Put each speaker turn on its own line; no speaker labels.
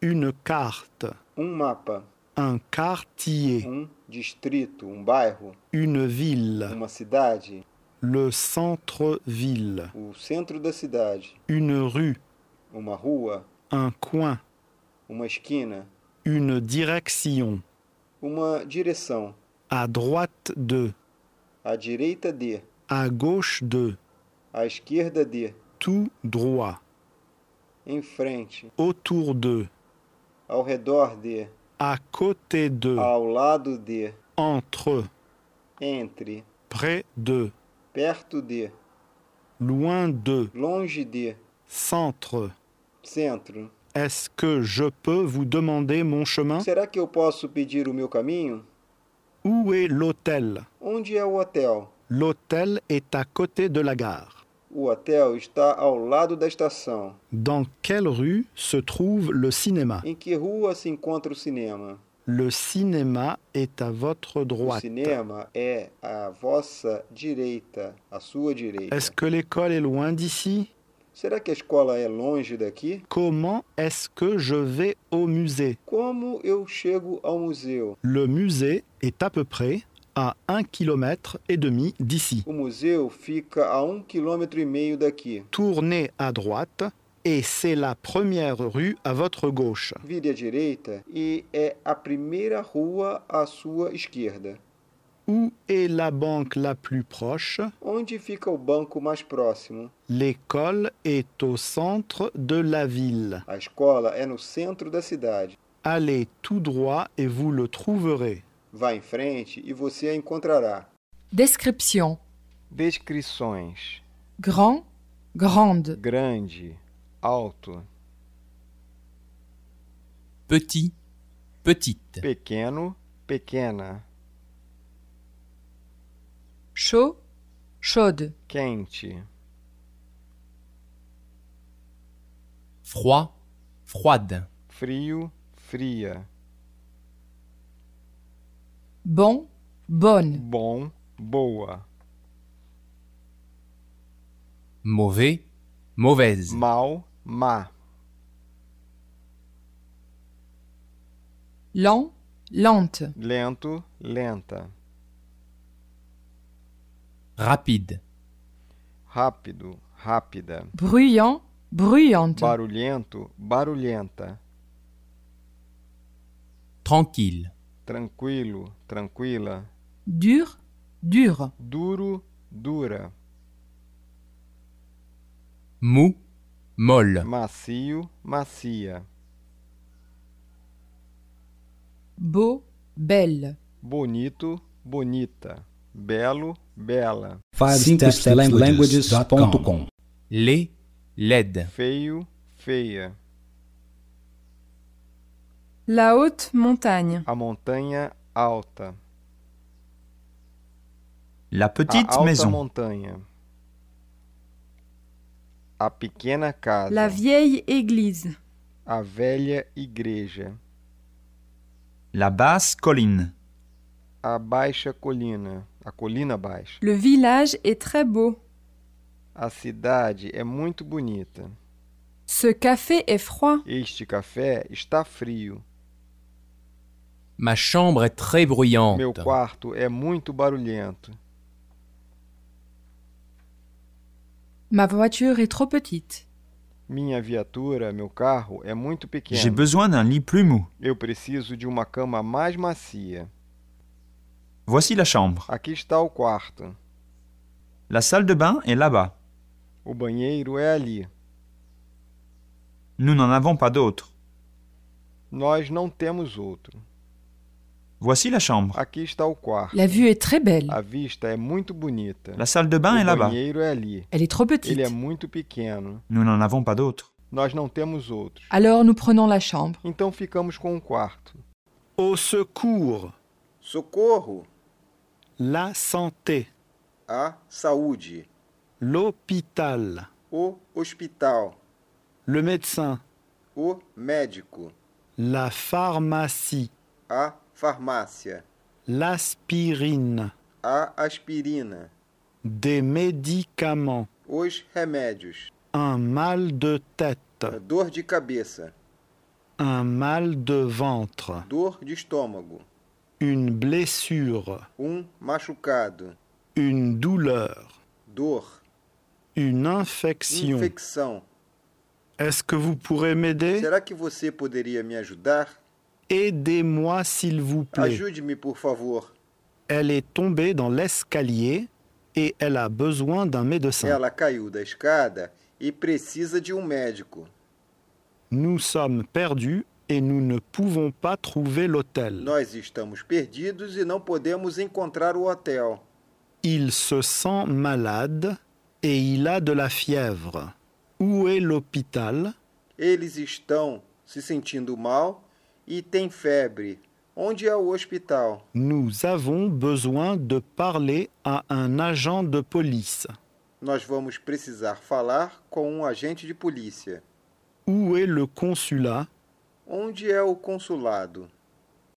une carte,
um mapa,
un quartier,
um distrito, um bairro,
une ville,
uma cidade,
le centre-ville,
o centro da cidade,
une rue,
uma rua,
un coin,
uma esquina,
une direction,
uma direção,
à droite de,
à direita de,
à gauche de,
à esquerda de,
tout droit,
em frente,
autour de,
ao redor de,
à côté de,
ao lado de,
entre,
entre,
près de,
perto de,
loin de,
longe de,
centre.
centro.
Est-ce que je peux vous demander mon chemin
Será que eu posso pedir o meu caminho?
Où est l'hôtel
Onde é o hotel?
L'hôtel est à côté de la gare.
O hotel está ao lado da estação.
Dans quelle rue se trouve le cinéma
Em que rua se encontra o cinema?
Le cinéma est à votre
O
droite.
cinema é à vossa direita, à sua direita.
Est-ce que l'école est loin d'ici
Será que a escola é longe daqui?
Comment est-ce que je vais au musée
Como eu chego ao museu?
Le musée est à peu près à 1 km et demi d'ici.
O museu fica a um quilômetro e meio daqui.
Tournez à droite et c'est la première rue à votre gauche.
Vire à direita e é a primeira rua à sua esquerda.
Où est la banque la plus proche
Onde fica o banco mais próximo?
L'école est au centre de la ville.
A escola é no centro da cidade.
Allez tout droit et vous le trouverez.
Vá em frente e você a encontrará.
Description.
Descrições:
Grand, grande,
grande, alto,
petit, petite,
pequeno, pequena,
chaud, chaude,
quente,
froid, froide,
frio, fria,
bon, bonne,
bom, boa,
mauvais, mauvaise,
mal, má,
lent, lente,
lento, lenta,
rapide,
rápido, rápida,
bruyant, bruyante,
barulhento, barulhenta,
tranquille,
tranquilo, tranquila,
dur, dur,
duro, dura,
mou, molle,
macio, macia,
beau, belle,
bonito, bonita, belo, bela,
5stepslanguages.com
laid, laide,
feio, feia,
La haute montagne.
a montanha alta,
La
a
petite
alta
maison.
montanha, a pequena casa,
La vieille église.
a velha igreja,
La basse colline.
a baixa colina, a colina baixa.
Le village est très beau.
A cidade é muito bonita.
Ce café est froid.
Este café está frio.
ma chambre est très bruyante,
Meu quarto é muito barulhento.
ma voiture est trop petite,
Minha viatura, meu carro, é muito
J'ai
pequeno.
besoin d'un lit plus mou.
Eu preciso de uma cama mais macia.
Voici la chambre.
Aqui está o quarto.
La salle de bain est là-bas.
O banheiro é ali.
Nous n'en avons pas d'autre.
Nós não temos outro.
Voici la chambre.
Aqui está o quarto.
la vue est très belle,
A vista é muito bonita.
La salle de bain est
O
là-bas.
banheiro é ali.
elle est trop
Ele
petite.
é muito pequeno.
Nous n'en avons pas d'autre.
Nós não temos outro.
Alors nous prenons la chambre.
Então ficamos com o quarto.
Au secours,
Socorro!
la santé,
A saúde.
l'hôpital,
O hospital,
le médecin,
o médico,
la pharmacie,
a farmácia,
l'aspirine,
a aspirina,
des médicaments,
os remédios,
un mal de tête,
a dor de cabeça,
un mal de ventre,
dor de estômago,
une blessure,
um machucado,
une douleur,
dor,
une
um.
infection.
infecção.
Est-ce que vous pourrez m'aider
Será que você poderia me ajudar?
Aidez-moi s'il vous plaît.
Ajude-me, por favor.
Elle est tombée dans l'escalier et elle a besoin d'un médecin.
Ela caiu da escada e precisa de um médico.
Nous sommes perdus et nous ne pouvons pas trouver l'hôtel.
Nós estamos perdidos e não podemos encontrar o hotel.
Il se sent malade et il a de la fièvre. Où est l'hôpital
Eles estão se sentindo mal e têm febre. Onde é o hospital?
Nous avons besoin de parler à un agent de police.
Nós vamos precisar falar com um agente de polícia.
Où est le consulat
Onde é o consulado?